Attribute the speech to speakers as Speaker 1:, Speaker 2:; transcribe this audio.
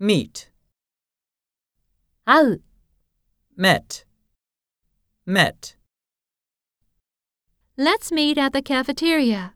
Speaker 1: meet,
Speaker 2: 会う、
Speaker 1: met, met.
Speaker 2: Let's meet at the cafeteria.